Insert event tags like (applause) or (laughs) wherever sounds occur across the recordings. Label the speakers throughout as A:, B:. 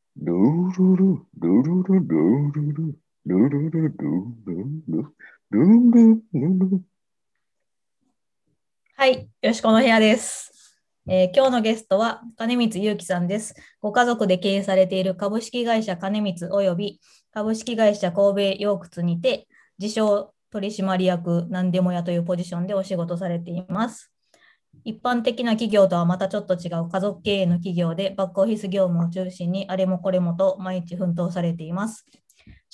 A: ルルルルルルルルルルルルルルルルルルル
B: はい、よしこの部屋です。えー今日のゲストは金光祐樹さんです。ご家族で経営されている株式会社金光および株式会社神戸洋靴にて自称取締役何でも屋というポジションでお仕事されています。一般的な企業とはまたちょっと違う家族経営の企業でバックオフィス業務を中心にあれもこれもと毎日奮闘されています。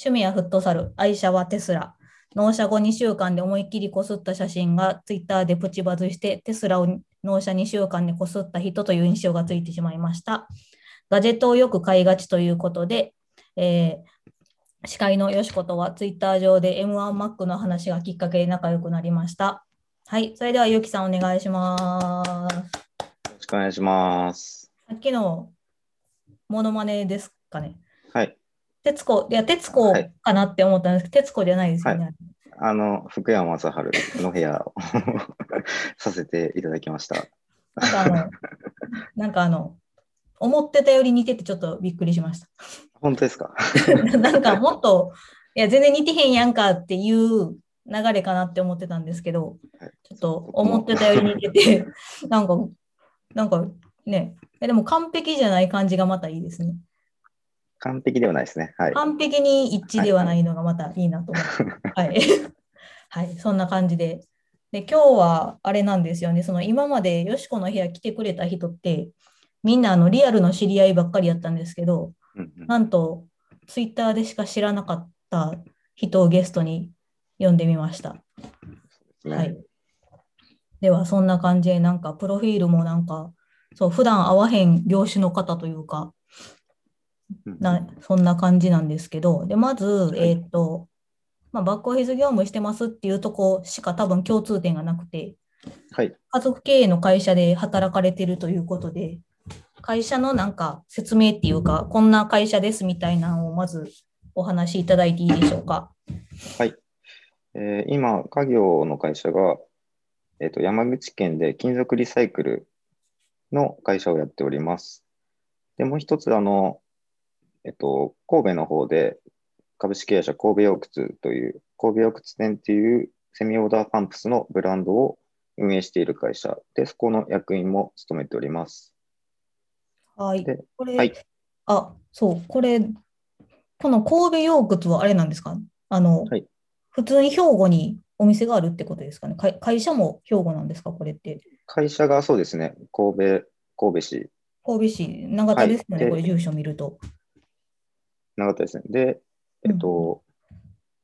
B: 趣味はフットサル、愛車はテスラ、納車後2週間で思いっきりこすった写真がツイッターでプチバズして、テスラを納車2週間でこすった人という印象がついてしまいました。ガジェットをよく買いがちということで、えー司会のよしことはツイッター上で M1Mac の話がきっかけで仲良くなりました。はい、それではゆうきさんお願いします。
C: よろしくお願いします。
B: さっきのモノマネですかね。
C: はい。
B: 徹子、いや、徹子かなって思ったんですけど、徹子じゃないですよね。
C: あの、福山雅治の部屋を (laughs) させていただきました。
B: なんかあの、なんかあの、思ってたより似ててちょっとびっくりしました。 (laughs)
C: 本当ですか
B: なんかもっと、いや、全然似てへんやんかっていう流れかなって思ってたんですけど、
C: はい
B: ちょっと思ってたより似てて、なんか、なんかね、えでも完璧じゃない感じがまたいいですね。
C: 完璧ではないですね。はい。
B: 完璧に一致ではないのがまたいいなと思って。はい。 (laughs) はい、そんな感じで。で、今日はあれなんですよね。その今までよしこの部屋来てくれた人って、みんなあのリアルの知り合いばっかりやったんですけど、
C: うんうん
B: なんとツイッターでしか知らなかった人をゲストに呼んでみました。はい。では、そんな感じで、なんかプロフィールもなんか、そう、普段会わへん業種の方というか、
C: うん
B: なそんな感じなんですけど、でまず、
C: い
B: えーっとまあ、バックオフィス業務してますっていうとこしか多分共通点がなくて、
C: はい。
B: 家族経営の会社で働かれてるということで、会社のなんか説明っていうか、こんな会社ですみたいなのをまずお話しいただいていいでしょうか。
C: えー今、家業の会社が、えっと山口県で金属リサイクルの会社をやっております。で、もう一つ、あの、えっと、神戸の方で株式会社神戸洋靴という、神戸洋靴店っていうセミオーダーパンプスのブランドを運営している会社で、そこの役員も務めております。
B: はい
C: で。
B: これ、
C: はい
B: あ、そう、これ、この神戸洋靴はあれなんですかあの、
C: はい
B: 普通に兵庫にお店があるってことですかね会会社も兵庫なんですかこれって。
C: 会社がそうですね、神戸、神戸市
B: 神戸市、長田ですよね、
C: はい
B: これ、住所見ると。
C: なかったですね。で、えっと、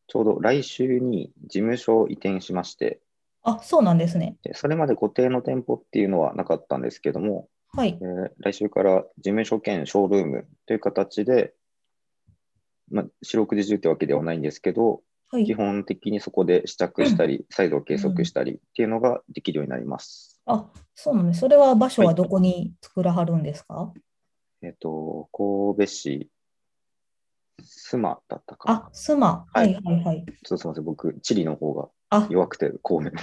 C: ちょうど来週に事務所を移転しまして、
B: あ、そうなんですね。
C: でそれまで固定の店舗っていうのはなかったんですけども、
B: はい
C: え。ー来週から事務所兼ショールームという形で、まあ、四六時中ってわけではないんですけど、
B: は
C: 基
B: い。
C: 本的にそこで試着したり、サイズを計測したりっていうのができるようになります。
B: あ、そうなんです。それは場所はどこに作らはるんですか、
C: えっ、と、神戸市、須磨だったかな。
B: あ、須磨。は
C: はいい
B: はいはい。
C: ちょっとすみません、僕、地理の方が
B: あ、
C: 弱くて、神戸。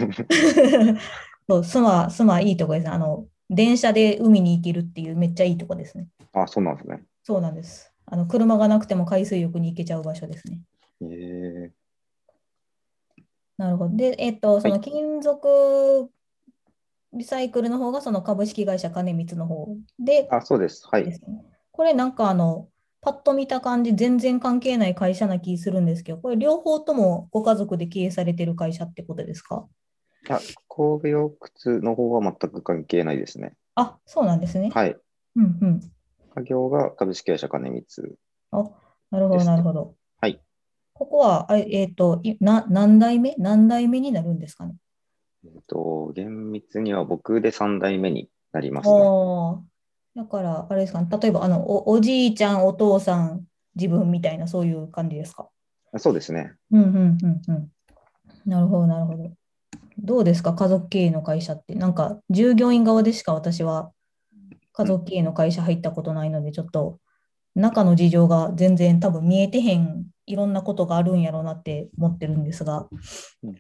B: (laughs) そう、須磨、須磨いいとこですね。あの、電車で海に行けるっていうめっちゃいいとこですね。
C: (laughs) あ、そうなんですね。
B: そうなんです。あの、車がなくても海水浴に行けちゃう場所ですね。
C: えー、
B: なるほど。で、えっと、その金属リサイクルの方がその株式会社金光の方で、
C: あ、そうです。はい。
B: ですね。これなんかあの、パッと見た感じ、全然関係ない会社な気するんですけど、これ両方ともご家族で経営されてる会社ってことですか
C: いや、神戸洋靴の方は全く関係ないですね。
B: あ、そうなんですね。
C: はい。
B: うんうん。
C: 家業が株式会社金光。
B: なるほ
C: で
B: ど、
C: すね
B: なるほど。
C: はい。
B: ここは、あえっと、いな、何代目何代目になるんですかね。
C: えっと、厳密には僕で3代目になりますね。
B: ああ。だから、あれですかね。例えば、あの、お、おじいちゃん、お父さん、自分みたいな、そういう感じですか。
C: そうですね。
B: うんうんうんうん。なるほど、なるほど。どうですか、家族経営の会社って。なんか、従業員側でしか私は家族経営の会社入ったことないので、ちょっと中の事情が全然多分見えてへん、いろんなことがあるんやろうなって思ってるんですが
C: うん、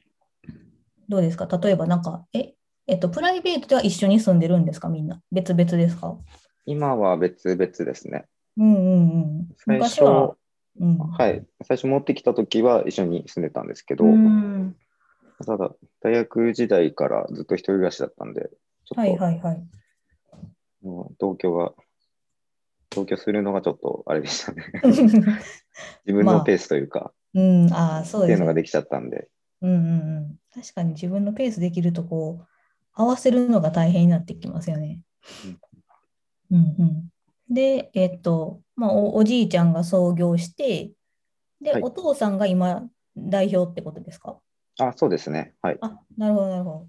B: どうですか、例えばなんか、え、えっと、プライベートでは一緒に住んでるんですか、みんな。別々ですか。
C: 今は別々ですね。
B: うんうんうん。
C: 最
B: 昔
C: 初、
B: は、うん、
C: はい、最初持ってきた時は一緒に住んでたんですけど、
B: うん
C: ただ、大学時代からずっと一人暮らしだったんで、ちょ
B: はい
C: っと
B: はい (laughs) はい。
C: もう同居が、同居するのがちょっとあれでしたね。自分
B: ま
C: の
B: あ
C: ペースというか、
B: (laughs) うん、ああ、そう
C: ってい
B: で
C: う
B: す
C: のが
B: ね。
C: できちゃったんで、
B: うんうんうん。確かに自分のペースできると、こう、合わせるのが大変になってきますよね。うんうん。で、えっと、まあお、おじいちゃんが創業して、で、
C: はい
B: お父さんが今、代表ってことですか
C: あ、そうですね。はい。
B: あ、なるほど、なるほど。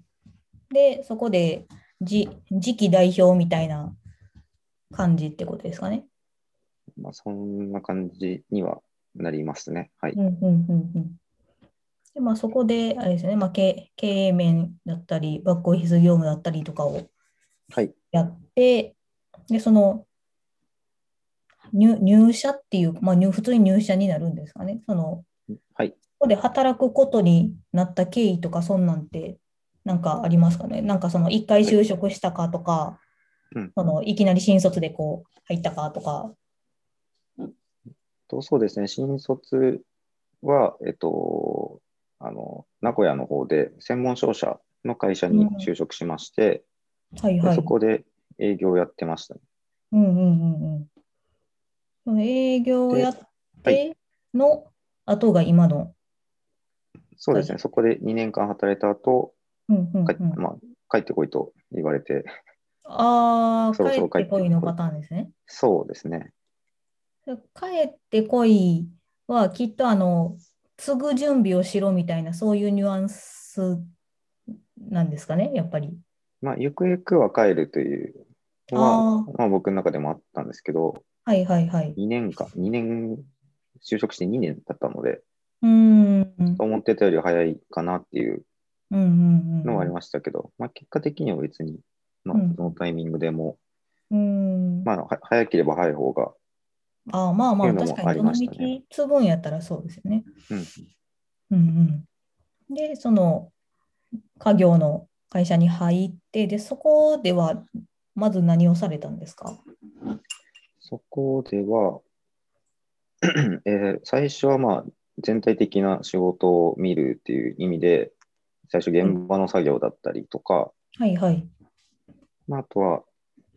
B: で、そこで、じ、次期代表みたいな感じってことですかね。
C: まあ、そんな感じにはなりますね。はい。
B: うんうんうんうん。で、まあ、そこで、あれですよね、まあ、経経営面だったり、バックオフィス業務だったりとかを
C: はい。
B: やって、で、その、入入社っていう、まあ入、普通に入社になるんですかね。その、
C: はい。
B: ここで働くことになった経緯とか、そんなんて、なんかありますかね。なんかその、一回就職したかとか、
C: うん
B: その、いきなり新卒でこう、入ったかとか。
C: とそうですね。新卒は、えっと、あの、名古屋の方で専門商社の会社に就職しまして、
B: はい
C: で
B: はい
C: そ。こで営業をやってましたね。
B: うんうんうんうん。その営業をやっての後が今の。
C: そうですね。そこで2年間働いた後、
B: うんうんうん
C: 帰,、まあ、帰ってこいと言われて、
B: ああ、
C: そろそろ
B: 帰ってこいのパターンですね。
C: そうですね。
B: 帰ってこいはきっとあの、継ぐ準備をしろみたいな、そういうニュアンスなんですかね、やっぱり。
C: まあ、ゆくゆくは帰るというのは
B: あ、
C: まあ、僕の中でもあったんですけど、
B: はいはいはい。
C: 2年間、2年、就職して2年だったので、
B: うーん。うん
C: 思ってたより早いかなっていう
B: うんうん。
C: のはあり
B: ま
C: ましたけど、まあ、結果的には別に、まあ
B: うん、
C: そのタイミングでも、
B: うーん。
C: まあ、は早ければ早い方が、
B: ああ、まあまあ、
C: っていうの
B: 確
C: も
B: か
C: ありま
B: に、どの道
C: したね
B: 継ぐんやったらそうですよね。
C: うん、
B: うんうん。で、その家業の会社に入って、で、そこではまず何をされたんですか
C: そこでは、 (clears throat) えー最初はまあ全体的な仕事を見るっていう意味で、最初現場の作業だったりとか、
B: はいはい。
C: まあ、あとは、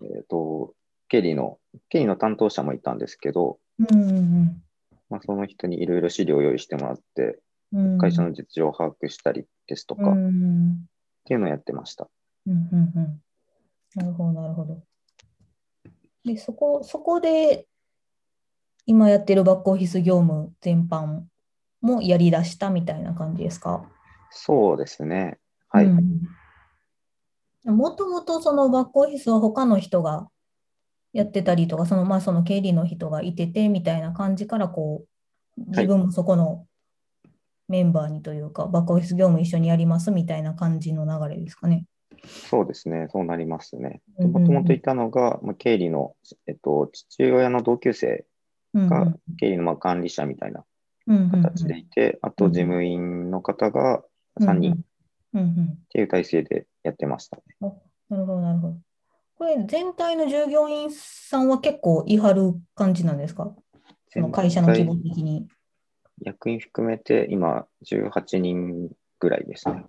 C: えっ、と、経理の、経理の担当者もいたんですけど、
B: うんうん
C: まあ、その人にいろいろ資料を用意してもらって、
B: うん。うん
C: 会社の実情を把握したりですとか、
B: う
C: っ
B: ん
C: ていうのをやってました。
B: うんうんうん。なるほど、なるほど。で、そこ、そこで今やってるバックオフィス業務全般もやりだしたみたいな感じですか
C: そうですね。はい。
B: うんもともとそのバックオフィスは他の人がやってたりとか、そのまあその経理の人がいててみたいな感じからこう、自分もそこのメンバーにというか、バックオフィス業務一緒にやりますみたいな感じの流れですかね。
C: そうですね。そうなりますね。
B: うん
C: もともといたのが、まあ、経理の、えっと、父親の同級生
B: うん
C: が経理のまあ管理者みたいな
B: うん
C: 形でいて、あと事務員の方が3人っ
B: うんうん
C: ていう体制でやってましたね。
B: なるほど、なるほど。これ全体の従業員さんは結構いはる感じなんですかその会社の規模
C: 全体
B: 的に。
C: 役員含めて今18人ぐらいですね。
B: ああ、なる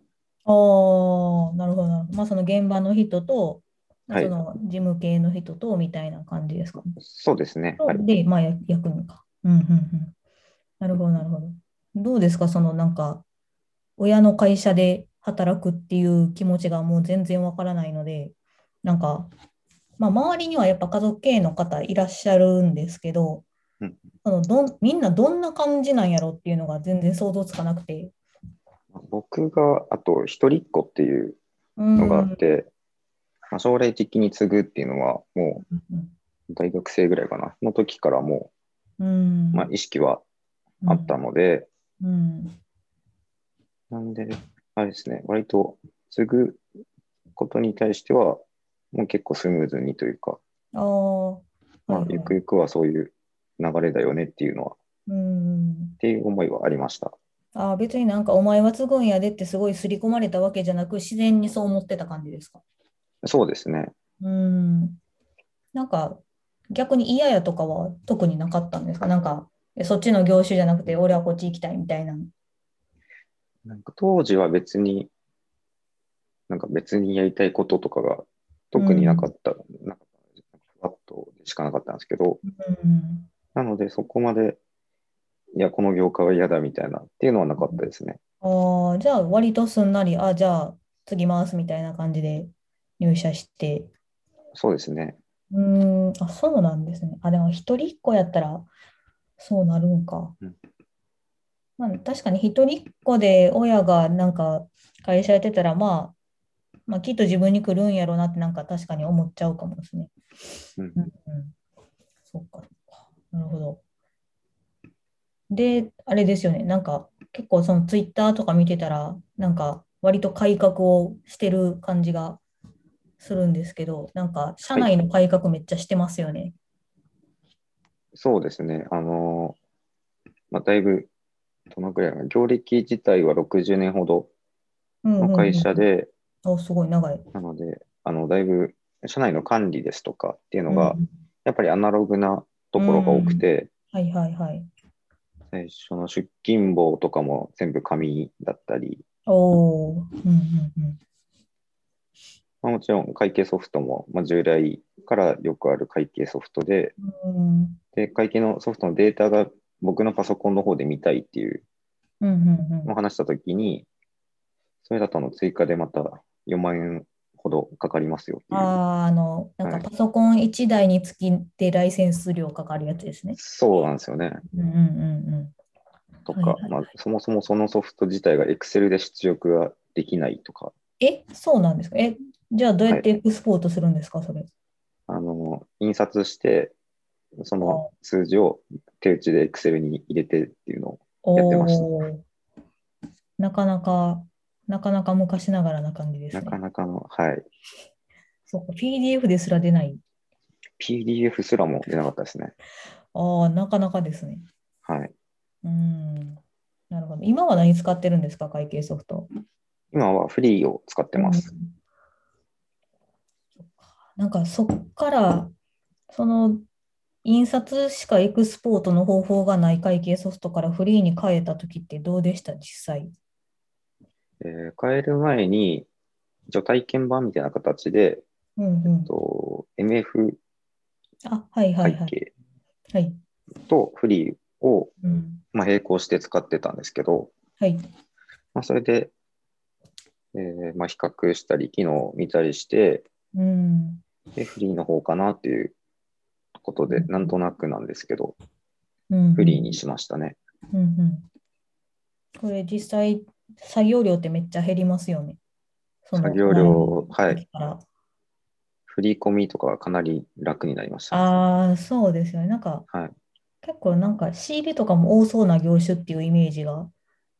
B: ほど、なるほど。まあ、その現場の人と、
C: はい
B: その事務系の人とみたいな感じですかね。
C: そうですね。はい、
B: で、まあ、や役員か。うんうんうん。なるほど、なるほど。どうですか、そのなんか、親の会社で働くっていう気持ちがもう全然わからないので、なんか、まあ、周りにはやっぱ家族経営の方いらっしゃるんですけど
C: うん、
B: そのどんみんなどんな感じなんやろっていうのが全然想像つかなくて。
C: 僕があと一人っ子っていう
B: うん
C: のがあって、まあ、将来的に継ぐっていうのはもう大学生ぐらいかなの時からも
B: うん
C: う、まあ、意識はあったので、
B: うん
C: なんであれですね割と継ぐことに対してはもう結構スムーズにというか、
B: ああ、
C: ま
B: は
C: あ
B: い、はい
C: ゆくゆくはそういう流れだよねっていうのは
B: うん。
C: っていう思いはありました
B: ああ、別になんかお前は継ぐんやでってすごい刷り込まれたわけじゃなく、自然にそう思ってた感じですか。
C: そうですね
B: うん。なんか、逆に嫌やとかは特になかったんですかなんか、えそっちの業種じゃなくて、俺はこっち行きたいみたいな。
C: なんか当時は別に、なんか別にやりたいこととかが特になかった、なんかふわっとでしかなかったんですけど、
B: うん。
C: なのでそこまで、いや、この業界は嫌だみたいなっていうのはなかったですね。
B: ああ、じゃあ、割とすんなり、あじゃあ、次回すみたいな感じで入社して。
C: そうですね。
B: うーん、あ、そうなんですね。あ、でも、一人っ子やったら、そうなるんか
C: うん。
B: まあ、確かに一人っ子で親がなんか会社やってたら、まあ、まあ、きっと自分に来るんやろうなって、なんか確かに思っちゃうかもですね。
C: うん
B: うんうん。そっか、そっか。なるほど。で、あれですよね。なんか、結構そのツイッターとか見てたら、なんか、割と改革をしてる感じがするんですけど、なんか、社内の改革めっちゃしてますよね。
C: そうですね。あのーまあ、だいぶ、どのくらいかな業歴自体は60年ほど
B: うんうんう
C: の
B: ん
C: 会社で、
B: お、すごい長い。
C: なので、あの、だいぶ、社内の管理ですとかっていうのが
B: う、ん
C: やっぱりアナログなところが多くて、
B: はいはいはい。
C: 最初の出勤簿とかも全部紙だったり、
B: おお、うんうんうん。
C: まあ、もちろん会計ソフトも、まあ、従来からよくある会計ソフトで
B: うん
C: で、会計のソフトのデータが僕のパソコンの方で見たいっていう
B: うんうん
C: のを話したときに、それだとあの追加でまた4万円ほどかかりますよって
B: うん。
C: いう。
B: ああ、あの、なんか
C: はい
B: パソコン1台につきでライセンス料かかるやつですね。
C: そうなんですよね。
B: うんうんうんうん。
C: と
B: はい
C: か
B: はいは、い
C: まあ、そもそもそのソフト自体が Excel で出力ができないとか、
B: え、そうなんですか。え、じゃあどうやってエクスポートするんですか、それ。
C: あの、印刷して、その数字を手打ちで Excel に入れてっていうのを、
B: お
C: やってました
B: お。なかなか、なかなか昔ながらな感じです
C: な
B: ね
C: か。なかの、はい。
B: そっか、PDF ですら出ない。
C: PDF すらも出なかったですね。
B: ああ、なかなかですね。
C: はい。
B: うん。なるほど。今は何使ってるんですか、会計ソフト。
C: 今はフリーを使ってます。
B: うんそっかなんかそっから、その、印刷しかエクスポートの方法がない会計ソフトからフリーに変えた時ってどうでした、実際。
C: えー変える前に、一応体験版みたいな形で、
B: うんうん。
C: と MF
B: あ、はいはい
C: 会
B: はい。
C: 計
B: はい。
C: とフリーを、
B: うん。
C: まあ、並行して使ってたんですけど、
B: はい。
C: まあ、それで、えーまあ、比較したり、機能を見たりして、
B: うん。
C: でフリーの方かなっていうことで、
B: うん
C: なんとなくなんですけど、
B: うん
C: フリーにしましたね。
B: うんうん。これ実際、作業量ってめっちゃ減りますよね。その
C: 作業量
B: 前の
C: はい
B: 時から
C: 振り込みとかはかなり楽になりましたね、
B: ああ、そうですよね。なんか、
C: はい
B: 結構なんか仕入れとかも多そうな業種っていうイメージが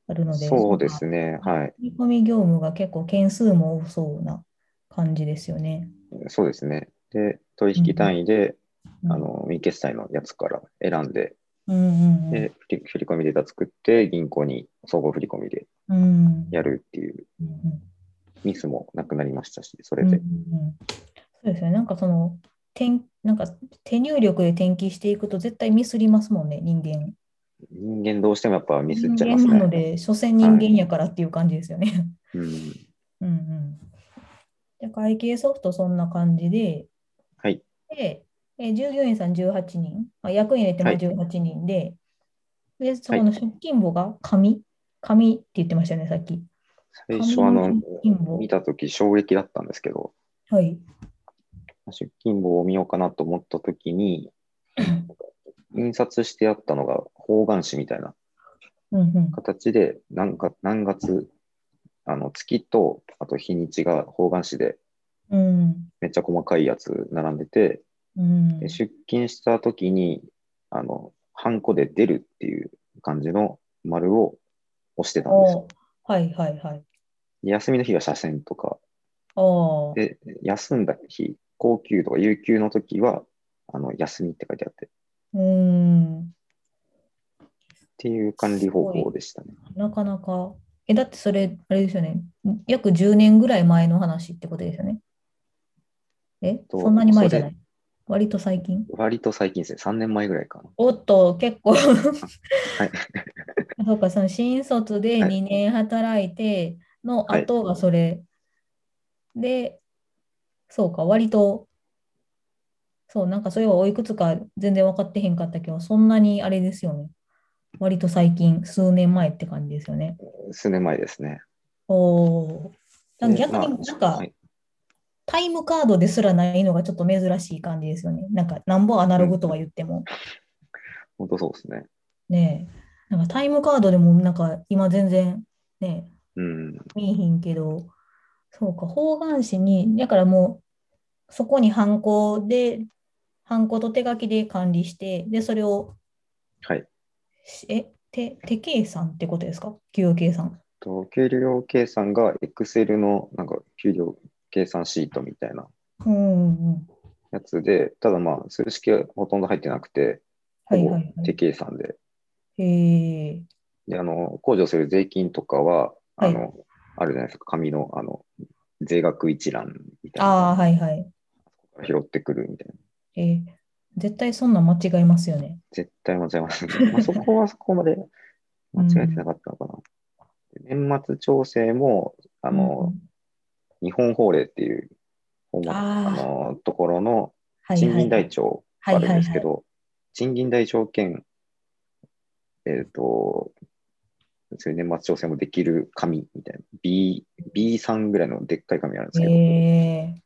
B: あるので、
C: そうですね。はい。
B: 振り込み業務が結構件数も多そうな感じですよね。
C: そうですね。で、取引単位で、
B: うん
C: あ、の、未決済のやつから選んで、
B: うんうんうん
C: で、振り振り込みデータ作って、銀行に総合振り込みで
B: うん
C: やるっていう
B: うんうん
C: ミスもなくなりましたし、それ
B: うんうんう
C: で。
B: んそうですよね。なんかその、転なんか手入力で転記していくと絶対ミスりますもんね、人間。
C: 人間どうしてもやっぱミスっちゃいます
B: 人間なの
C: ね。
B: で、所詮人間やからっていう感じですよね。
C: うん、
B: (laughs) うんうん。で、会計ソフトそんな感じで、
C: はい。
B: で、えー従業員さん18人、あ役員入れても
C: はい
B: 18人で、で、そこの出勤簿が紙、紙って言ってましたよね、さっき。
C: 最初、あの
B: 紙の出勤、簿
C: 見たとき衝撃だったんですけど、
B: はい。
C: 出勤簿を見ようかなと思ったとき
B: (laughs)
C: に、印刷してあったのが方眼紙みたいな
B: うんうん。
C: 形で何か何月あの月とあと日にちが方眼紙で
B: うん。
C: めっちゃ細かいやつ並んでて
B: うん
C: で出勤した時にあのハンコで出るっていう感じの丸を押してたんですよ
B: おはいはいはい。
C: で休みの日が車線とか
B: おー
C: で休んだ日高級とか有給の時はあの休みって書いてあってっ
B: うん。
C: ていう管理方法でしたね
B: なかなか。え、だってそれ、あれですよね。約10年ぐらい前の話ってことですよね。え、
C: と
B: そんなに前じゃない。割と最近。
C: 割と最近ですね、3年前ぐらいかな。
B: おっと、結構
C: はい。
B: そうか、その新卒で
C: はい
B: 2年働いての
C: はい
B: 後がそれ。で、そうか、割と、そう、なんかそれはおいくつか全然分かってへんかったけど、そんなにあれですよね。割と最近、数年前って感じですよね。
C: 数年前ですね。
B: おお。なんか
C: で
B: 逆
C: ま
B: に
C: あ
B: なんか
C: はい
B: タイムカードですらないのがちょっと珍しい感じですよね。なんかなんぼアナログとは言っても。
C: 本当そうですね。
B: ねえ、なんかタイムカードでもなんか今全然ねえ、
C: うん。
B: 見えへんけど、そうか、方眼紙に、だからもうそこにハンコで、ハンコと手書きで管理して、で、それを、
C: はい。
B: え、手、手計算ってことですか給与計算。
C: と給料計算が Excel のなんか給料計算シートみたいな
B: うんうんうん。
C: やつで、ただまあ数式はほとんど入ってなくて、ほ
B: はい
C: ぼ
B: はいは
C: 手
B: い。
C: 計算で。
B: へえ。
C: で、あの、控除する税金とかは、あの、
B: は
C: あるじゃないですか、紙の、あの、税額一覧みたい
B: ああ、
C: な。
B: はいはい。
C: 拾ってくるみたいな。
B: えー絶対そんなん間違いますよね。
C: 絶対間違えますね。まあ、そこ
B: (laughs)
C: はそこまで間違えてなかったのかな。年末調整も、あ
B: あ
C: の、日本法令っていう、ほんま
B: あー
C: あの、ところの
B: はい
C: 賃
B: は
C: 金
B: いは
C: 台
B: い。
C: 帳
B: は
C: が
B: い
C: あ
B: は
C: るん
B: いは
C: で
B: い
C: すけど、賃金台帳兼、えっ、と、そういう年末調整もできる紙みたいな、B、B3 ぐらいのでっかい紙あるんですけど、
B: えー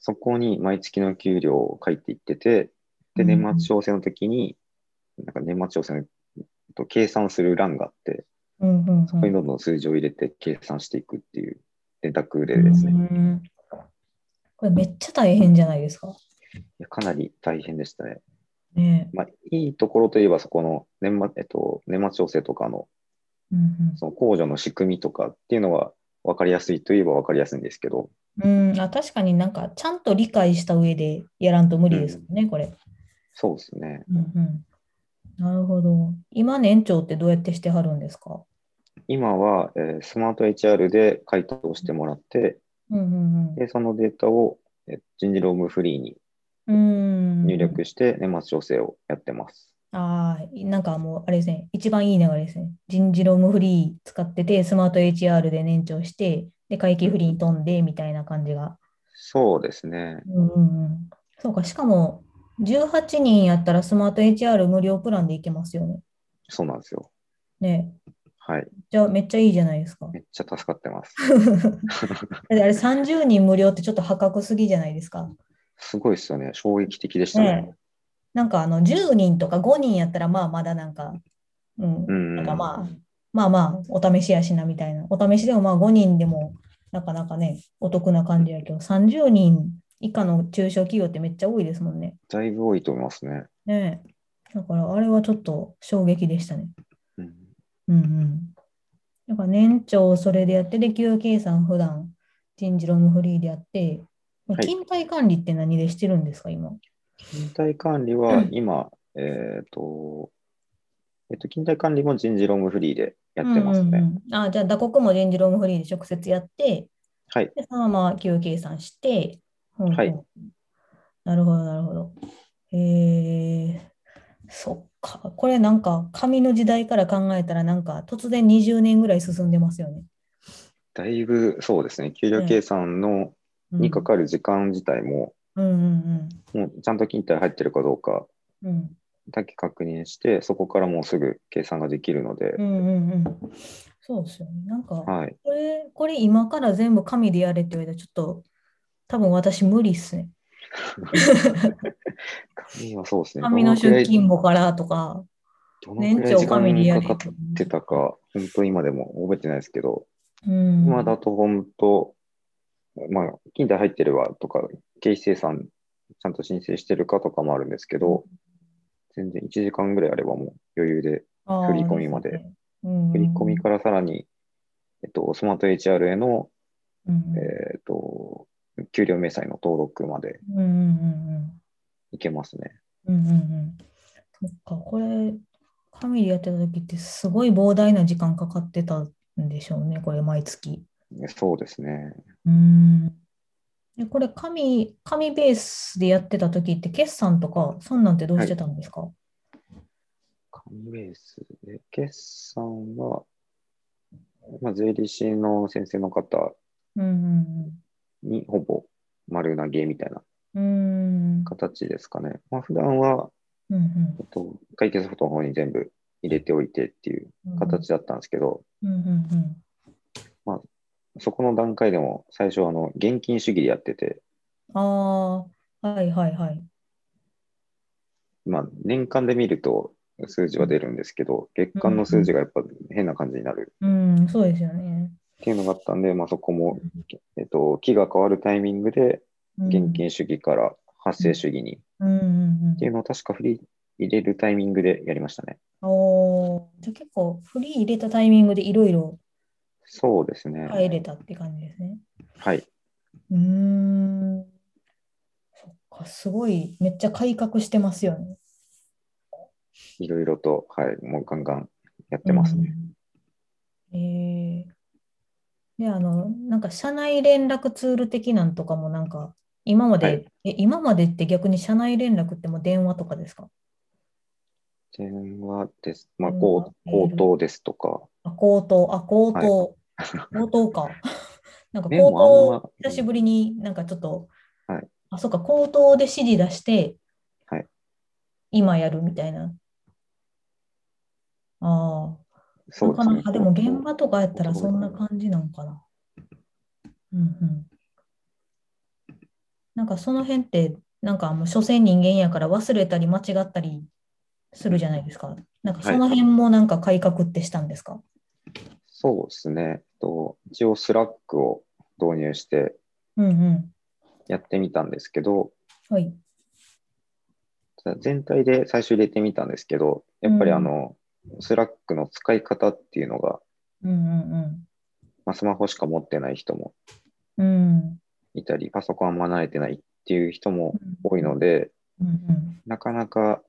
C: そこに毎月の給料を書いていってて、で、
B: うんうん
C: 年末調整の時に、なんか年末調整のと計算する欄があって、
B: うんうんうん。
C: そこにどんどん数字を入れて計算していくっていう電卓でですね、
B: う
C: い
B: んこれめっちゃ大変じゃないですか。
C: やかなり大変でしたね。
B: ね
C: まあ、いいところといえば、そこの年末、えっと、年末調整とかの、
B: うん
C: その控除の仕組みとかっていうのは分かりやすいといえば分かりやすいんですけど、
B: うんうん、あ確かになんかちゃんと理解した上でやらんと無理ですよね、これ、
C: そうですね。
B: うんうん。なるほど。今年長ってどうやってしてはるんですか
C: 今は、えースマート HR で回答してもらって、
B: うんうん
C: で、そのデータを、えー人事労務フリーに
B: うん。
C: 入力して年末調整をやってます。
B: ああ、なんかもうあれですね、一番いい流れですね。人事労務フリー使ってて、スマート HR で年長して、で、会計フリーに飛んでみたいな感じが。
C: そうですね。
B: うんうんうんそうか、しかも18人やったらスマート HR 無料プランでいけますよね。
C: そうなんですよ。
B: ね
C: はい。
B: じゃあめっちゃいいじゃないですか。
C: めっちゃ助かって
B: (laughs)
C: ます。 (laughs)
B: だってあれ30人無料ってちょっと破格すぎじゃないですか。
C: すごいですよね。衝撃的でしたね。
B: なんかあの10人とか5人やったらまあまだなんか、うん
C: う、ん。
B: なんかまあ、まあまあお試しやしなみたいな。お試しでもまあ5人でもなかなかね、お得な感じやけど、30人以下の中小企業ってめっちゃ多いですもんね。
C: だいぶ多いと思いますね。
B: ねえ。だからあれはちょっと衝撃でしたね。
C: うん、
B: うんうん。だから年長それでやって、で、給与計算普段人事ロムフリーでやって、
C: はい
B: 勤怠管理って何でしてるんですか、今。
C: 勤怠管理は今、えっと、えっと、勤怠管理も人事労務フリーでやってます
B: うんう
C: ね。
B: んうんあじゃあ、打刻も人事ロムフリーで直接やって、
C: はい。
B: でそのまま給与計算して、うんうん
C: はい
B: なるほど、なるほど。へえそっか。これなんか、紙の時代から考えたら、なんか、突然20年ぐらい進んでますよね。
C: だいぶそうですね。給料計算の
B: うん
C: にかかる時間自体も、
B: うんうん
C: もうちゃんと勤怠入ってるかどうか
B: うん。うん
C: だけ確認して、そこからもうすぐ計算ができるので
B: う、んうんうん。そうですよね。なんか、
C: はい。
B: これ、これ今から全部紙でやれって言われたら、ちょっと、多分私無理っすね。
C: 紙はそうですね。
B: 紙の出勤簿からとか、
C: どの
B: 年
C: くらい
B: 長紙で
C: 時
B: や
C: 間
B: れ
C: かかってたか、本当今でも覚えてないですけど、
B: うん。
C: 今だと本当、まあ、金で入ってるわとか、経費生産ちゃんと申請してるかとかもあるんですけど、全然1時間ぐらいあればもう余裕で、
B: あー
C: 振り込みまで
B: ですねうんうんうん
C: 振り込みからさらに、えっと、スマート HR への、
B: うんうん
C: えっと、給料明細の登録まで
B: うんうん
C: いけますね。
B: うんうんうんうんそっか、これ、紙でやってた時ってすごい膨大な時間かかってたんでしょうね、これ、毎月。
C: そうですね。
B: うん。えこれ紙、紙ベースでやってた時って、決算とか、そんなんってどうしてたんですか、
C: 紙ベースで、決算は、まあ、税理士の先生の方
B: うん
C: にほぼ丸投げみたいな
B: うんうん。うーん。
C: 形ですかね。まあ、普段は、
B: うんうん
C: えっと、会計ソフトの方に全部入れておいてっていう
B: うん
C: 形だったんですけど、
B: うんうん
C: そこの段階でも最初はあの現金主義でやってて、
B: うん。ああ、はいはいはい。
C: まあ、年間で見ると数字は出るんですけど、月間の数字がやっぱ変な感じになる
B: うん、そうですよね。
C: っていうのがあったんで、まあ、そこも、えっと、期が変わるタイミングで
B: うん
C: 現金主義から発生主義にっ
B: うんうん
C: ていうのを確か振り入れるタイミングでやりましたね。
B: うん。おーじゃあ結構、フリー入れたタイミングでいろいろ
C: そうですね。
B: 入れたって感じですね。
C: はい。
B: うーん。そっか、すごい、めっちゃ改革してますよね。
C: いろいろと、はい、もうガンガンやってますね。
B: うん。えーで、あの、なんか社内連絡ツール的なんとかもなんか、今まで、
C: はい
B: え、今までって逆に社内連絡ってもう電話とかですか
C: 電話です。まあ、
B: うん
C: 口口頭ですと
B: (laughs)
C: か。
B: あ、口頭、あ、口頭、口頭か。 (laughs) なんか口
C: ねもうあん
B: 頭
C: ま、
B: 久しぶりになんかちょっと
C: はい、
B: あ、そうか、口頭で指示出して
C: はい、
B: 今やるみたいな。ああ。
C: そうですね
B: な。かなかでも現場とかやったらそんな感じなんかな。うんうん。なんかその辺って、なんかもう所詮人間やから忘れたり間違ったりするじゃないですか。なんかその辺もなんか改革ってしたんですか、
C: そうですね。えっと一応、スラックを導入して
B: うんうん。
C: やってみたんですけど、
B: はい。
C: ただ全体で最初入れてみたんですけど、やっぱりあの、スラックの使い方っていうのが、
B: うんうん
C: まあ、スマホしか持ってない人も
B: うん。うん。
C: いたり、パソコンあんま慣れてないっていう人も多いので、
B: うんうん
C: なかなか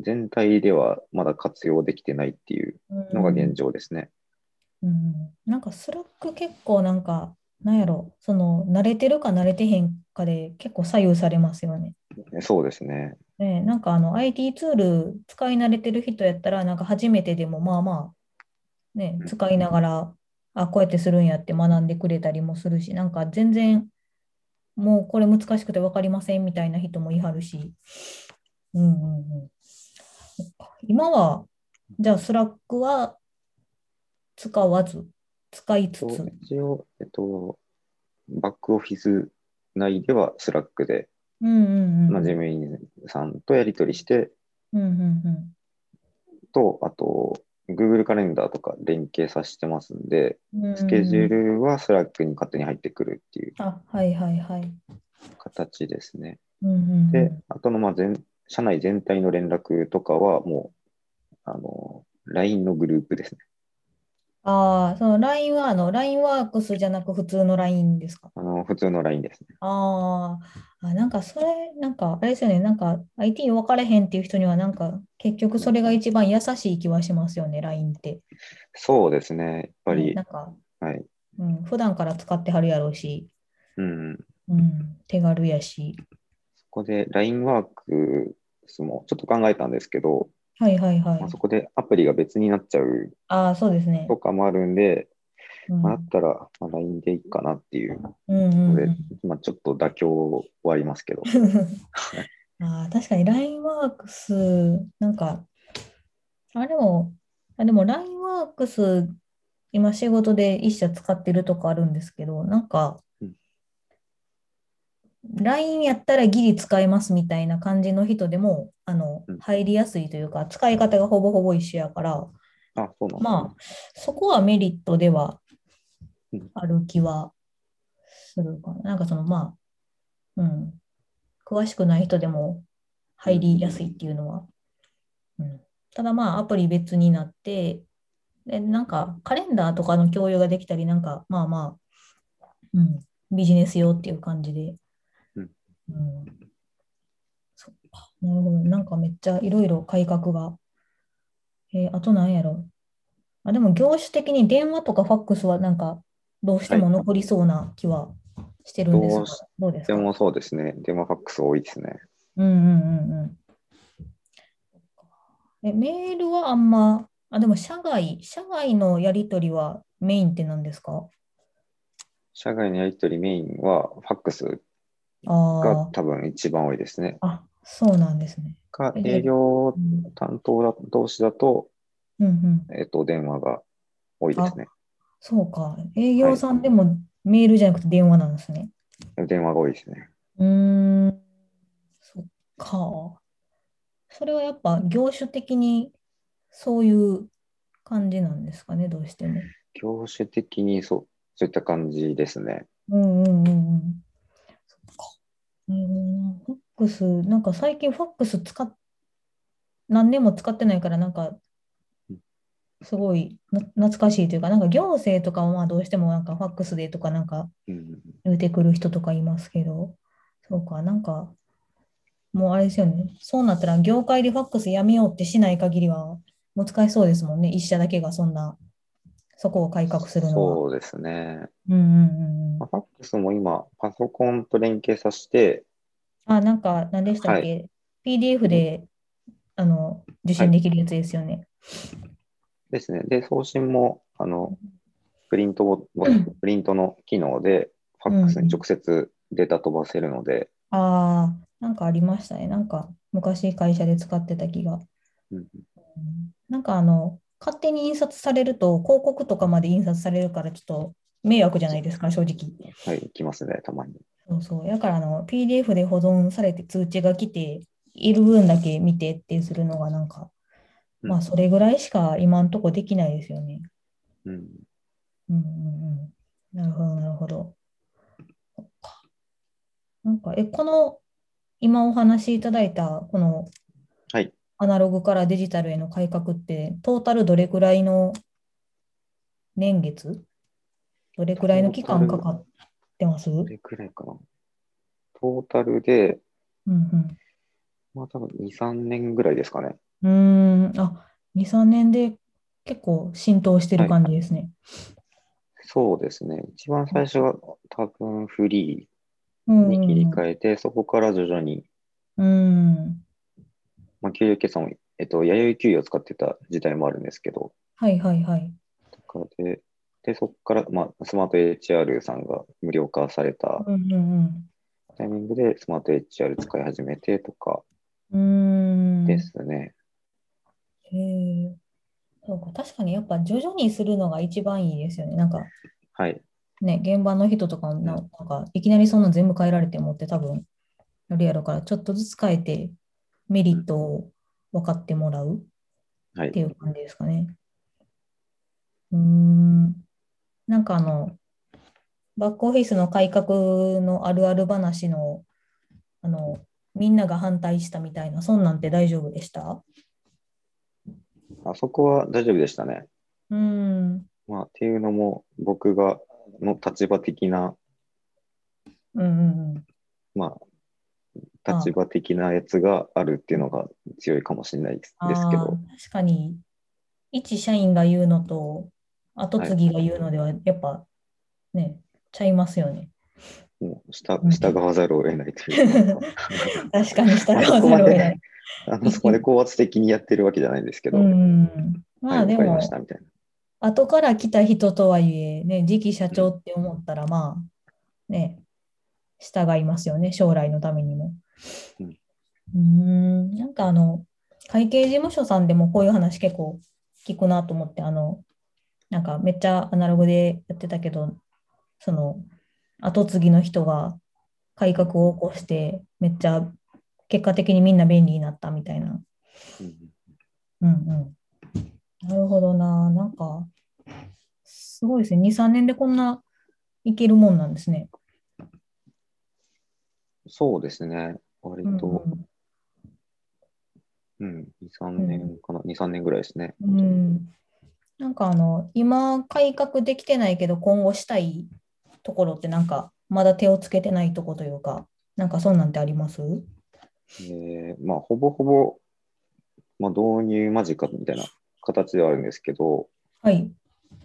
C: 全体ではまだ活用できてないっていう
B: うん
C: のが現状ですね。
B: うん、なんかスラック結構なんか、なんやろ、その慣れてるか慣れてへんかで結構左右されますよね。
C: そうですね。
B: ね、なんかあの IT ツール使い慣れてる人やったら、なんか初めてでもまあまあ、ね
C: う、ん
B: 使いながら、あ、こうやってするんやって学んでくれたりもするし、なんか全然、もうこれ難しくて分かりませんみたいな人もいはるし、うんうんうん。そっか今は、じゃあスラックは使わず、使いつ
C: と
B: つ、
C: 一応、えっと、バックオフィス内ではスラックで、
B: うんうんうん、
C: まあ、事務員さんとやり取りして、
B: うんうん
C: と、あと、Google カレンダーとか連携させてますんで、
B: うん、
C: スケジュー
B: うんうん
C: ルはスラックに勝手に入ってくるっていう
B: うん。あ、はいはいはい。
C: 形ですね。
B: うんうんうん
C: で、あとの、まあ、全社内全体の連絡とかは、もう、あの、LINE のグループですね。
B: ああ、その LINE はあの LINE ワークスじゃなく普通の LINE ですか。
C: あの、普通の LINE ですね。
B: あーあ、なんかそれ、なんかあれですよね、なんか IT に分かれへんっていう人には、なんか結局それが一番優しい気はしますよね、LINE って。やっ
C: そうですね。やっぱり
B: な、んか、
C: はい。
B: うん、普段から使ってはるやろうし、
C: うん。そ
B: うん、手軽やし。
C: こで LINE ワークスもちょっと考えたんですけど、
B: はいはいはい
C: まあ、。そこでアプリが別になっちゃう
B: ああ、そうですね
C: と。かもあるんで、
B: うん、
C: まあだったらまあ LINE でいいかなっていう
B: うんう
C: の
B: んう
C: で
B: ん。、
C: まあ、ちょっと妥協はありますけど。
B: (laughs) あー確かに LINE ワークス、なんか、あれも、あ、でも LINE ワークス、今仕事で一社使ってるとかあるんですけど、なんか
C: うん、
B: LINE やったらギリ使えますみたいな感じの人でも、あの
C: うん、
B: 入りやすいというか、使い方がほぼほぼ一緒やから、
C: あ、そうなん
B: まあ、そこはメリットでは
C: うん
B: ある気はするかな。なんかそのまあ、うん、詳しくない人でも入りやすいっていうのは。うん、ただまあ、アプリ別になって、で、なんかカレンダーとかの共有ができたり、なんかまあまあ、うん、ビジネス用っていう感じで。
C: うん
B: うん、そっか、なるほど。なんかめっちゃいろいろ改革が。えーあとなんやろ。あ、でも業種的に電話とかファックスはなんかどうしても残りそうな気はしてるんですが
C: どうし、
B: どうです
C: で
B: か
C: もそうですね。デマファックス多いですね。
B: うんうんうんうん。え、メールはあんま、あ、でも社外、社外のやり取りはメインって何ですか
C: 社外のやり取りメインは、ファックスが
B: あ
C: 多分一番多いですね。
B: あ、あ、そうなんですね。
C: か、
B: え
C: 営業
B: うん
C: 担当だ同士だと、
B: うんうん。
C: えっと、電話が多いですね。
B: そうか。営業さんでもメールじゃなくて電話なんですね。
C: 電話が多いですね。
B: うーん、そっか。それはやっぱ業種的にそういう感じなんですかね、どうしても。
C: 業種的にそうそういった感じですね。
B: うんうんうんうん。そっか。なるほどなファックス、なんか最近ファックス使っ、何年も使ってないから、なんか
C: うん、
B: すごいな懐かしいというか、なんか行政とかはまあどうしてもなんかファックスでとかなんか
C: うん、
B: 言うてくる人とかいますけど、そうか、なんか、もうあれですよね。そうなったら業界でファックスやめようってしない限りは難しそうですもんね。一社だけがそんな、そこを改革するのは。
C: そうですね。
B: うんうんうん
C: まあ、ファックスも今、パソコンと連携させて、
B: あ、なんか、何でしたっけ、?PDF で、あの、受信できるやつですよね。
C: ですね。で、送信も、あの、プリントを、プリントの機能で、ファックスに直接データ飛ばせるので、
B: ああ、なんかありましたね。なんか、昔会社で使ってた気が。
C: うん
B: うんなんか、あの、勝手に印刷されると、広告とかまで印刷されるから、ちょっと迷惑じゃないですか、正直。
C: はい、行きますね、たまに。
B: そうそう。だから、あの、PDF で保存されて通知が来て、いる分だけ見てってするのが、なんか、まあ、それぐらいしか今んとこできないですよね。
C: うん、
B: うんうんうん。なるほど、なるほど。そっかなんか、え、この、今お話しいただいた、この、
C: はい
B: アナログからデジタルへの改革って、トータルどれくらいの年月どれくらいの期間
C: トータ
B: か
C: ル
B: かってますうん
C: どれくらいかな。トータルで、
B: うん。
C: まあ多分2、3年ぐらいですかね。
B: うーん、あ、2、3年で結構浸透してる感じですね。
C: そうですね。一番最初は多分フリ
B: うん
C: ーに切り
B: え。
C: 替えて、そこから徐々に、
B: うん。
C: まあ、給与計算を、えっと、弥生給与を使ってた時代もあるんですけど、
B: はいはいはい。
C: とかで、で、そこから、まあ、スマート HR さんが無料化された
B: うんうん
C: タイミングで、スマート HR 使い始めてとか
B: うん。うーん。
C: ですね。
B: へえ、そうか、確かにやっぱ徐々にするのが一番いいですよね。なんか
C: はい。
B: ね、現場の人とかもな、なんかいきなりそんな全部変えられてもって多分あれやろから、ちょっとずつ変えてメリットを分かってもらう
C: は
B: って
C: い。
B: いう感じですかね。うーん、なんかあの、バックオフィスの改革のあるある話の、あの、みんなが反対したみたいな、そんなんて大丈夫でした
C: あそこは大丈夫でしたね。
B: うーん。
C: まあ、っていうのも、僕が、の立場的な、
B: うんうんうん。
C: まあ、立場的なやつがあるっていうのが強いかもしれないです
B: あ
C: ですけど、
B: ー確かに、一社員が言うのと、後継ぎが言うのでは、やっぱね、ちゃいますよね。
C: (laughs) もう下
B: うん
C: 従わざるを得ないというか
B: (laughs) 確かに従わざるを得ない。
C: あのそこで高圧的にやってるわけじゃないんですけど、
B: う
C: はい、
B: ん。まあ
C: わか
B: で
C: り
B: も
C: ま、したみたいな。
B: 後から来た人とはいえ、ね、次期社長って思ったら、まあ、ね、従いますよね、将来のためにも。
C: う
B: うんーん、なんかあの、会計事務所さんでもこういう話結構聞くなと思って、あの、なんかめっちゃアナログでやってたけど、その、後継ぎの人が改革を起こして、めっちゃ結果的にみんな便利になったみたいな。
C: うん
B: うんうん。なるほどな。なんか、すごいですね。2、3年でこんないけるもんなんですね。
C: そうですね、割
B: うん
C: と、うん2、3年かな、2、3年ぐらいですね。
B: うん、うん。なんかあの、今、改革できてないけど、今後したいところって、なんか、まだ手をつけてないとこというか、なんかそうなんてあります
C: えーまあ、ほぼほぼ、まあ、導入間近みたいな形ではあるんですけど、
B: はい。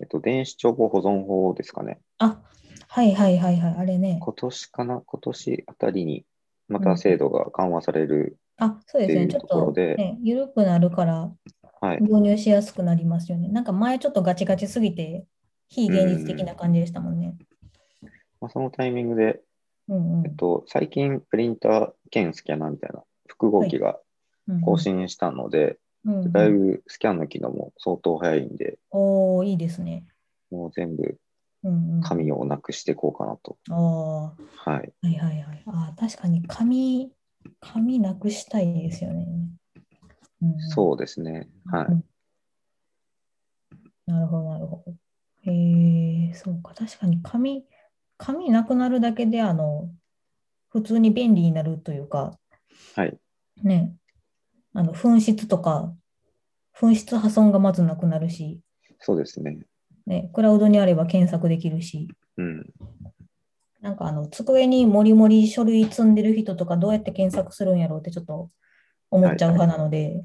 C: えっと、電子帳簿保存法ですかね。
B: あ、はいはいはいはい、あれね。
C: 今年かな、今年あたりにまた制度が緩和される、
B: あ、そうです
C: っ
B: ね。
C: て
B: ち
C: い
B: ょ
C: うと
B: っ
C: ころ
B: と、
C: で
B: ね、緩くなるから、
C: はい、
B: 導入しやすくなりますよね。なんか前ちょっとガチガチすぎて、非現実的な感じでしたもんね。
C: まあ、そのタイミングで、
B: うんうん
C: えっと、最近プリンター兼スキャナーみたいな複合機が
B: うんうん。
C: 更新したので、
B: うんうん
C: だいぶスキャンの機能も相当早いんで、
B: おー、いいですね。
C: もう全部
B: うんうん。あ
C: 紙をなくしていこうかなと。
B: あー、は
C: はい。
B: いはいはい。あー確かに紙、紙なくしたいですよね。うんうん
C: そうですね。は
B: う
C: い。
B: んなるほど、なるほど。へえ、そうか、確かに紙、紙なくなるだけで、あの、普通に便利になるというか、
C: はい。
B: ね、あの、紛失とか、紛失破損がまずなくなるし、
C: そうですね。
B: ね、クラウドにあれば検索できるし、
C: うん。
B: なんかあの、机にもりもり書類積んでる人とか、どうやって検索するんやろうってちょっと思っちゃう派なので、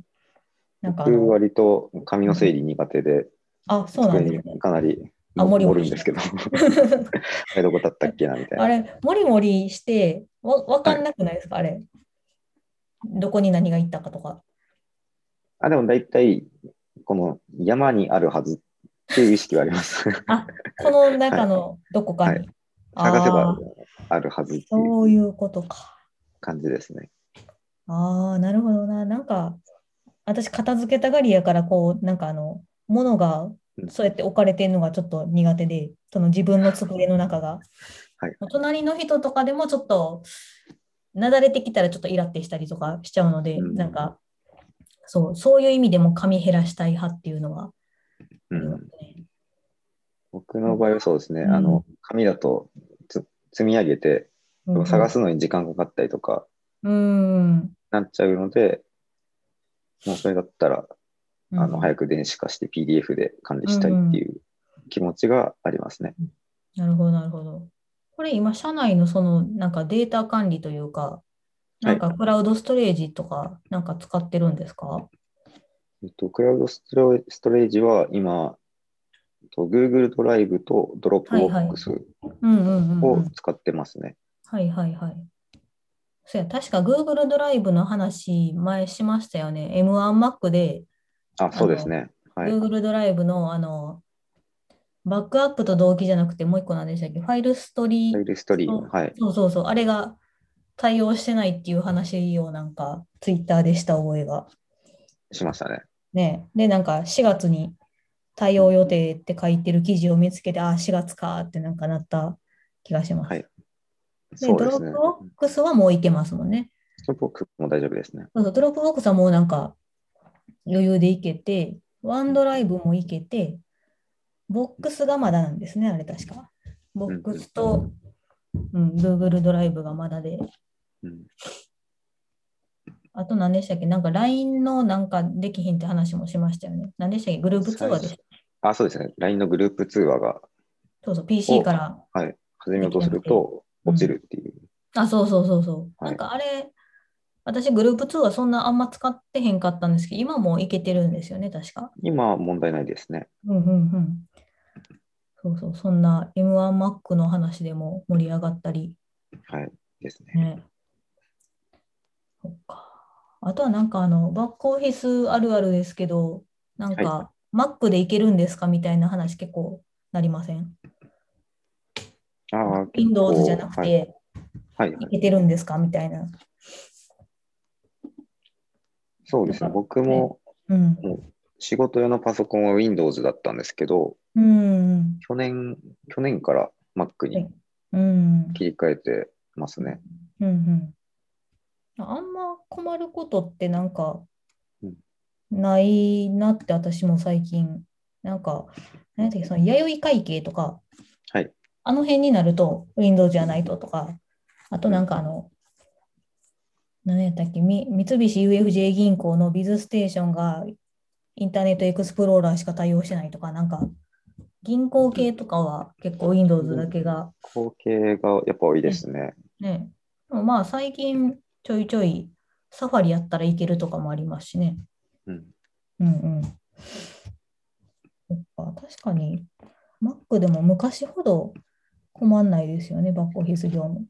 B: なんかあ
C: 僕
B: の、
C: 割と紙の整理苦手で、
B: あ、そうなん
C: 机
B: ですね
C: に。かなり
B: あ
C: 盛
B: 盛
C: る
B: り
C: んですけど、 (laughs) あれどこだったっけなみたい
B: (laughs) あ
C: な。
B: れ、もりもりして、わ、わかんなくないですか、あれ。どこに何が行ったかとか。
C: あ、でも大体、この山にあるはずっていう意識はあります。
B: この中のどこかに。
C: 探せ
B: あ
C: ば
B: ー
C: あるはずっていう
B: そういうことか。
C: 感じですね。
B: ああ、なるほどな。なんか、私、片付けたがりやから、こう、なんかあの、物が
C: うん
B: そうやって置かれてるのがちょっと苦手で、その自分の机の中が。
C: (laughs) はい
B: 隣の人とかでもちょっと、なだれてきたらちょっとイラってしたりとかしちゃうので、
C: うん
B: なんか、そう、そういう意味でも髪減らしたい派っていうのは、
C: うん、僕の場合はそうですね。
B: うん
C: あの紙だとつ積み上げて、
B: うん
C: 探すのに時間かかったりとか
B: うん。
C: なっちゃうので、もうそれだったら、あの
B: い。
C: 早く電子化して PDF で管理したいっていう気持ちがありますね。
B: なるほど、なるほど。これ今、社内のその、なんかデータ管理というか、なんかクラウドストレージとか、なんか使ってるんですか
C: えっと、クラウドストレストレージは今、えっと Google ドライブと
B: はいはい
C: Dropbox
B: うんうんうんう
C: を
B: ん。
C: 使ってますね。
B: はいはいはい。そうや、確か Google ドライブの話、前しましたよね。M1Mac で
C: あ、そうですね。はい。
B: Google ドライブの、あの、バックアップと同期じゃなくて、もう一個何でしたっけファイルストリ
C: ファイルストリーム。はい。
B: そうそうそう、あれが対応してないっていう話をなんか、ツイッターでした覚えが。
C: しましたね。
B: ね。で、なんか4月に対応予定って書いてる記事を見つけて、ああ、4月かってなんかなった気がします。
C: はい
B: で、
C: そう
B: ド
C: で
B: ロ
C: す
B: ッ
C: ね
B: プ。ボックスはもういけますもんね。
C: Dropbox も大丈夫ですね。
B: そうそうドロップボックスはもうなんか余裕でいけて、ワンドライブもいけて、ボックスがまだなんですね、あれ確か。ボックスと、うん、Google ドライブがまだで、
C: うん、
B: あと何でしたっけなんか LINE のなんかできひんって話もしましたよね。何でしたっけグループ通話でし
C: 最
B: た。
C: あ、そうですね。LINE のグループ通話が、
B: そうそう、PC から。
C: はい、始めようとすると
B: うん
C: 落ちるっていう。
B: あ、そうそうそうそう。
C: はい
B: なんかあれ、私グループ通話そんなあんま使ってへんかったんですけど、今もういけてるんですよね、確か。
C: 今は問題ないですね。
B: うんうんうん。そうそう、そんな M1Mac の話でも盛り上がったり。
C: はい。ですね。
B: ね。そっか。あとはなんかあの、バックオフィスあるあるですけど、なんか、Mac でいけるんですかみたいな話結構なりません
C: ああ、
B: ?Windows じゃなく
C: はい、
B: て、
C: はいはい
B: いけてるんですかみたいな。
C: そうですね。僕も
B: うん。
C: 仕事用のパソコンは Windows だったんですけど、
B: うん。
C: 去年、去年から Mac に
B: うん。
C: 切り替えてますね。
B: うんうん。あんま困ることってなんか
C: うん
B: ないなって私も最近、なんか、何やったっけ、その弥生会計とか、
C: はい
B: あの辺になると Windows じゃないととか、あとなんかあの、何やったっけ、み三菱 UFJ 銀行のビズステーションがインターネットエクスプローラーしか対応してないとか、なんか銀行系とかは結構 Windows だけが
C: 後継がやっぱ多いですね。
B: ね、でもまあ最近ちょいちょいサファリやったらいけるとかもありますしね。
C: うん。
B: うんうん。やっぱ確かに Mac でも昔ほど困んないですよね、バックオフィス業も。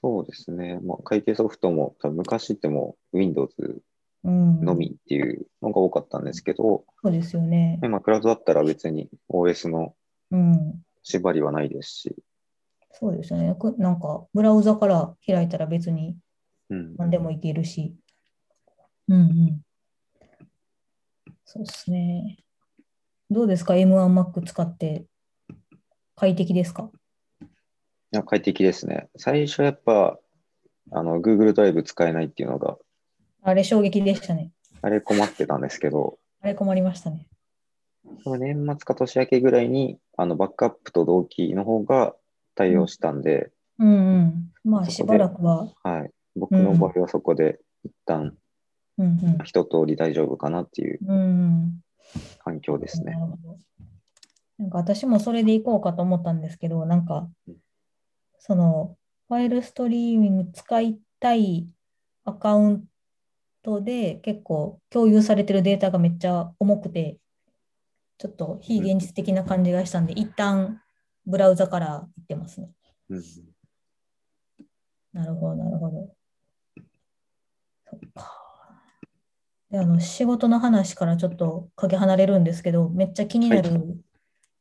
C: そうですね。まあ、会計ソフトも、多分昔ってもう Windows
B: うん、
C: のみっていうのが多かったんですけど、
B: そうですよね。
C: 今、クラウドだったら別に OS の
B: うん、
C: 縛りはないですし、
B: そうですよね。くなんか、ブラウザから開いたら別に
C: うん、
B: 何でもいけるし。うんうん。そうですね。どうですか ?M1Mac 使って快適ですか
C: いや快適ですね。最初やっぱ、あの、Google ドライブ使えないっていうのが、
B: あれ衝撃でしたね。
C: あれ困ってたんですけど、
B: あれ困りましたね。
C: 多分年末か年明けぐらいに、あの、バックアップと同期の方が対応したんで、
B: うんうん。まあ、し
C: そこで
B: ばらくは、
C: はい。僕の場合はそこで一旦
B: うんうん。
C: 一通り大丈夫かなっていう
B: うん
C: 環境ですね
B: な。るほど。なんか私もそれで行こうかと思ったんですけど、なんか
C: うん、
B: その、ファイルストリーミング使いたいアカウントで結構共有されてるデータがめっちゃ重くて、ちょっと非現実的な感じがしたんで、一旦ブラウザから行ってますね。
C: うん
B: なるほど、なるほど。そっか。で、あの、仕事の話からちょっとかけ離れるんですけど、めっちゃ気になる、
C: はい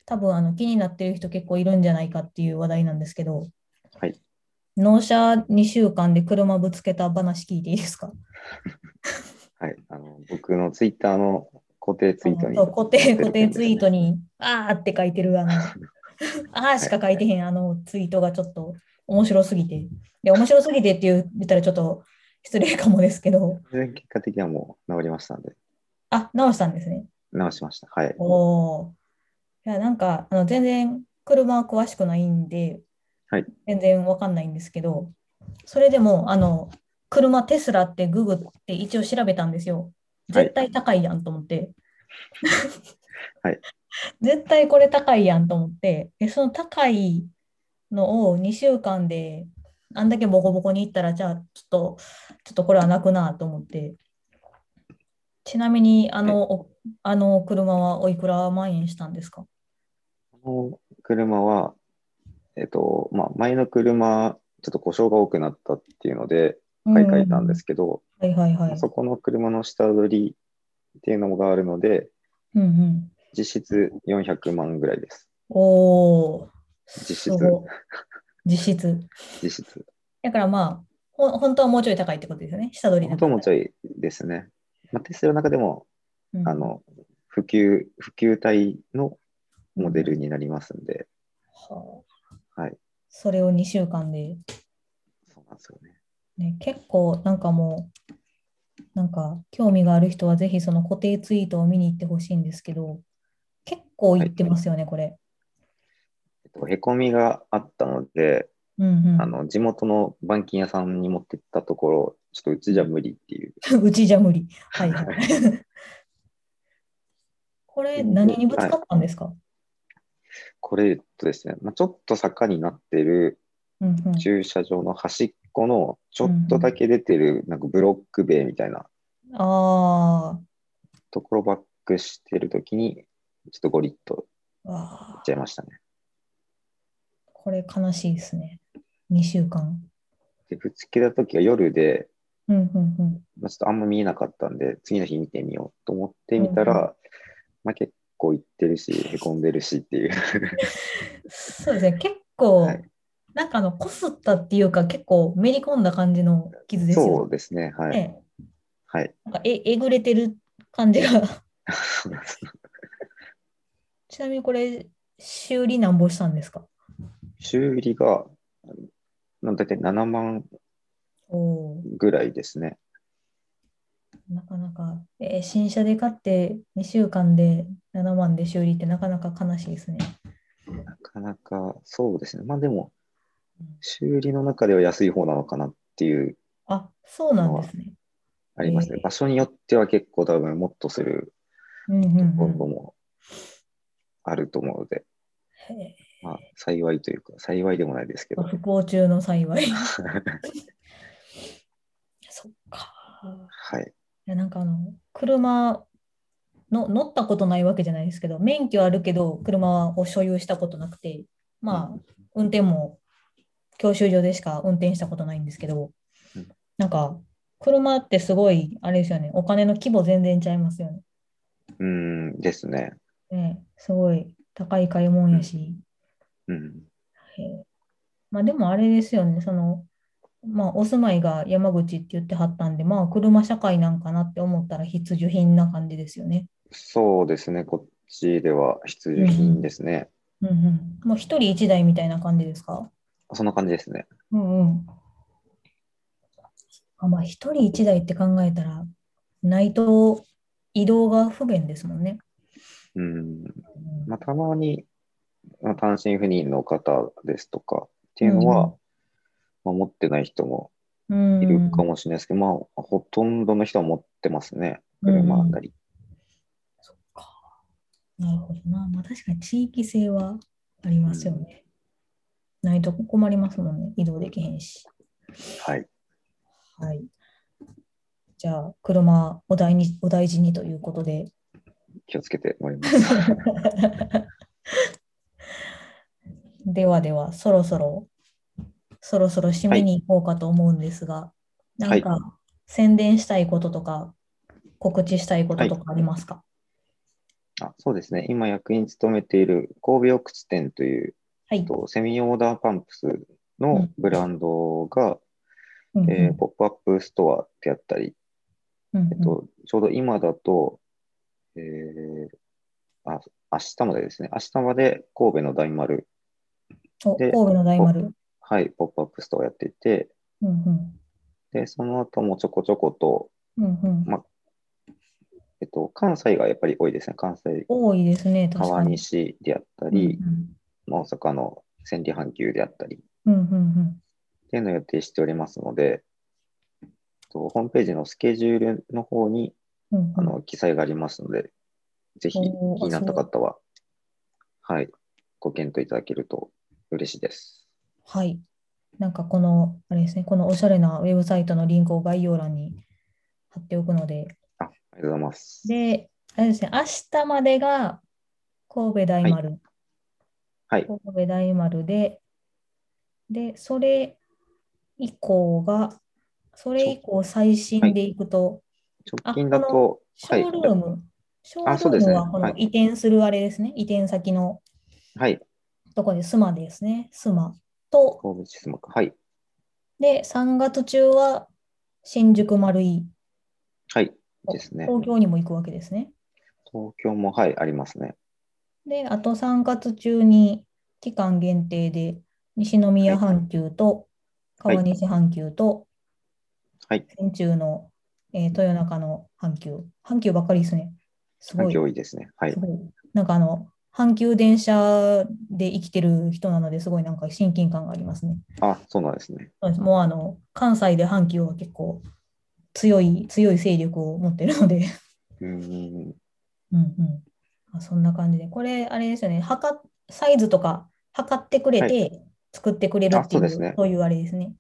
B: 多分あの気になってる人結構いるんじゃないかっていう話題なんですけど、
C: はい。
B: 納車2週間で車ぶつけた話聞いていいですか
C: はい。あの、僕のツイッターの固定ツイートに。
B: そう固定、固定ツイート
C: に。
B: に、あーって書いてる、あの、あーしか書いてへん、あのツイートがちょっと面白すぎて。で、面白すぎてって言う言ったらちょっと失礼かもですけど、
C: 全然結果的にはもう治りましたんで、
B: あ、直したんですね。
C: 直しました。はい。
B: おお。いや、なんか、あの全然車は詳しくないんで、
C: はい
B: 全然わかんないんですけど、それでも、あの、車テスラってググって一応調べたんですよ。
C: はい
B: 絶対高いやんと思って。
C: はい
B: (laughs) 絶対これ高いやんと思って、えその高いのを2週間で、あんだけボコボコにいったら、じゃあ、ちょっと、ちょっとこれはなくなと思って。ちなみに、あの、おあの車はおいくら万円したんですか
C: この車は、えっと、まあ、前の車、ちょっと故障が多くなったっていうので、買い替えたんですけど、
B: うん。はいはいはい。
C: そこの車の下取りっていうのがあるので、
B: うんうん。
C: 実質400万ぐらいです。
B: おー。
C: 実質
B: すごい。実質。
C: 実質。
B: だからまあ、ほん本当はもうちょい高いってことですよね。下取り
C: 本当はもうち
B: ょい。
C: ょいですね。まあ、テスラの中でも、
B: うん
C: あ、の、普及、普及体のモデルになりますんで、
B: はあ
C: はい。
B: それを2週間で、
C: そうなんですよね。
B: ね、結構なんかもう、なんか興味がある人はぜひその固定ツイートを見に行ってほしいんですけど、結構行ってますよね、これ。
C: えっと、へこみがあったので、
B: うんうん。
C: あの、地元の板金屋さんに持ってったところ、ちょっとうちじゃ無理っていう。
B: (laughs) うちじゃ無理。はいはい。 (laughs) これ何にぶつかったんですか、
C: これえっとですね、まあ、ちょっと坂になってる
B: うんうん、
C: 駐車場の端っこの、ちょっとだけ出てる、なんかブロック塀みたいな
B: あ
C: ところバックしてるときに、ちょっとゴリッと
B: ーあ
C: いっちゃいましたね。
B: ー、これ悲しいですね。2週間。
C: で、ぶつけたときは夜で、
B: うんうんうん。
C: まあ、ちょっとあんま見えなかったんで、次の日見てみようと思ってみたら、
B: うん
C: まあ結構行ってるし、へこんでるしっていう。
B: そうですね、結構、
C: はい
B: なんかあの、こすったっていうか、結構めり込んだ感じの傷です
C: そ
B: よ
C: うですね、はい。
B: ね。
C: はい。 (laughs)
B: なんかええぐれてる感じが。 (laughs) ちなみにこれ、修理なんぼしたんですか
C: 修理が、なんだっけ、7万
B: おー
C: ぐらいですね。
B: なかなか、えー新車で買って2週間で7万で修理ってなかなか悲しいですね。
C: なかなか、そうですね。まあでも、
B: うん
C: 修理の中では安い方なのかなっていう、
B: あ、そうなんですね。
C: ありますね。
B: えー
C: 場所によっては結構多分もっとする
B: うんうん
C: とこ
B: う
C: ろもあると思うので、
B: ん。へ
C: まあ幸いというか、幸いでもないですけ
B: ー
C: ど。
B: 不幸中の (laughs) 幸い。そっか。
C: はい。
B: いやなんかあの、車の乗ったことないわけじゃないですけど、免許あるけど、車を所有したことなくて、まあ、運転も教習所でしか運転したことないんですけど
C: うん、
B: なんか、車ってすごい、あれですよね、お金の規模全然ちゃいますよね。
C: うんですね。
B: ねすごい高い買い物やし、
C: うん。
B: えーまあでもあれですよね、その、まあお住まいが山口って言ってはったんで、まあ車社会なんかなって思ったら必需品な感じですよね。
C: そうですね。こっちでは必需品ですね。
B: うんうん。もう一人一台みたいな感じですか
C: そんな感じですね。
B: うんうん。あまあ一人一台って考えたら、ないと移動が不便ですもんね。
C: うん。
B: うん
C: まあ、たまに、まあ、単身赴任の方ですとかっていうのは、
B: うん
C: まあ、持ってない人も
B: うん
C: いるかもしれないですけど、まあ、ほとんどの人は持ってますね。車なり。
B: そっか。なるほどな。まあ確かに地域性はありますよね。ないと困りますもんね。移動できへんし。
C: はい。
B: はい。じゃあ、車お大にお大事にということで。
C: 気をつけてもらい
B: (laughs)
C: ます。
B: ではでは、そろそろ、そろそろ締めに行こうかと思うんですが、なん
C: は
B: か宣伝したいこととか、告知したいこととかありますか、
C: あそうですね。今、役員務めている神戸奥地店という、
B: はい、
C: とセミオーダーパンプス
B: う
C: の
B: ん
C: ブランドが、
B: うんうん
C: えーポップアップストアってやったり、
B: うん
C: えっと、ちょうど今だと、えーあ、明日までですね。明日まで神戸の大丸、
B: うんお
C: で
B: 神戸の大丸。
C: はい、ポップアップストアやっていて、
B: うんうん
C: で、その後もちょこちょこと、
B: うんうん
C: まえっと、関西がやっぱり多いですね。関西、
B: 多いですね、確
C: 川
B: かに。
C: 西であったり、
B: うん
C: まあ大阪の千里阪急であったり、
B: うんうんうん
C: っていうのを予定しておりますので、とホームページのスケジュールの方に
B: うんうん
C: あの記載がありますので、ぜひ気
B: おー
C: になった方は、はい、ご検討いただけると嬉しいです。
B: はい。なんかこの、あれですね、このおしゃれなウェブサイトのリンクを概要欄に貼っておくので、
C: あありがとうございます。
B: で、あれですね、明日までが神戸大丸、
C: はい、
B: 神戸大丸で、で、それ以降が、それ以降最新でいくと、
C: 直近だと、
B: シ
C: はい
B: ョールーム、ショ
C: あそ
B: ー
C: う
B: ル
C: です
B: ーム
C: ね
B: はこ
C: はい
B: の移転するあれですね、移転先の
C: はい、
B: とこで、スマですね、スマと、
C: 神戸シスマカ、はい、
B: で、3月中は新宿丸井、
C: はい、ですね。
B: 東京にも行くわけですね。
C: 東京も、はい、ありますね。
B: で、あと3月中に期間限定で西宮阪急と
C: はい
B: 川西阪急と
C: はい、
B: 仙中の、えー豊中の阪急、阪急ばっかりですね。すご
C: 環
B: い。
C: 境多いですね。はい
B: す、ごいなんかあの、阪急電車で生きてる人なのですごいなんか親近感がありますね。
C: あ、そうなんですね。
B: そうですもうあの、関西で阪急は結構強い、強い勢力を持ってるので。
C: うーん、
B: うんうんあ、そんな感じで、これ、あれですよね、測っサイズとか測ってくれ
C: は
B: て、作ってくれるってい
C: あそう
B: う、
C: ですね
B: そういうあれですね。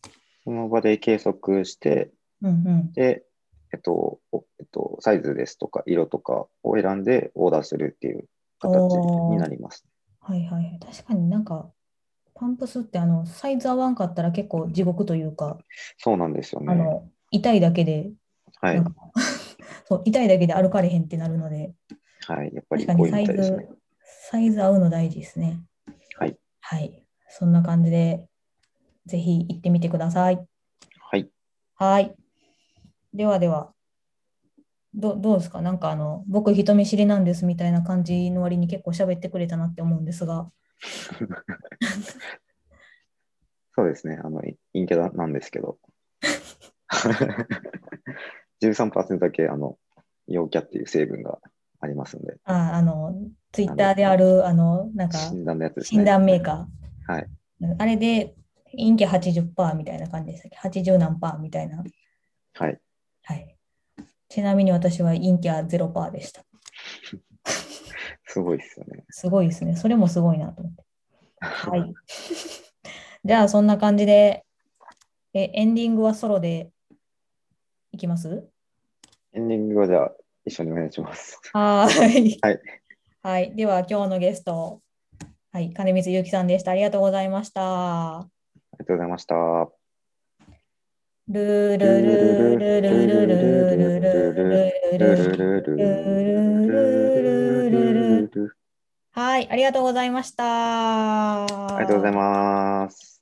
C: その場で計測して、
B: うん
C: で、えっと、おえっと、サイズですとか、色とかを選んでオーダーするっていう形
B: おー
C: になります。
B: うん。はいはいはい。確かになんか、パンプスってあのサイズ合わんかったら結構地獄というか、
C: そうなんですよ
B: あ
C: ね。
B: の痛いだけで、
C: はい
B: な。んかそう、痛いだけで歩かれへんってなるので、
C: はい。やっぱり
B: 確か
C: 多
B: に
C: いみた
B: サイ
C: いですね
B: ズ。、サイズ合うの大事ですね。
C: はい。
B: はい。そんな感じで、ぜひ行ってみてください。
C: はい。
B: はい。ではでは。どどうですかなんかあの、僕人見知りなんですみたいな感じの割に結構喋ってくれたなって思うんですが。
C: そうですね。あの、い陰キャなんですけど。13%だけ、あの、陽キャっていう成分がありますんで、
B: ああの、ツイッターである、あの、なんか、
C: 診断のやつですね。
B: 診断メーカー。
C: はい
B: あれで、陰気80%みたいな感じでしたっけ ?80 何パーみたいな。
C: はい。
B: はい。ちなみに私は陰キャ0%でした。
C: すごいですよね。
B: すごいですね。それもすごいなと思って。はい。 (laughs) じゃあ、そんな感じで、え、エンディングはソロでいきます
C: エンディングはじゃあ、一緒にお願いします。
B: はーい。
C: はい。
B: はい。では、今日のゲスト、はい、金光ゆうきさんでした。ありがとうございました。
C: りがとうございました。は
B: ルルルルルルルルルルルルルルはい、ありがとうございました。あ
C: ありがとうございます。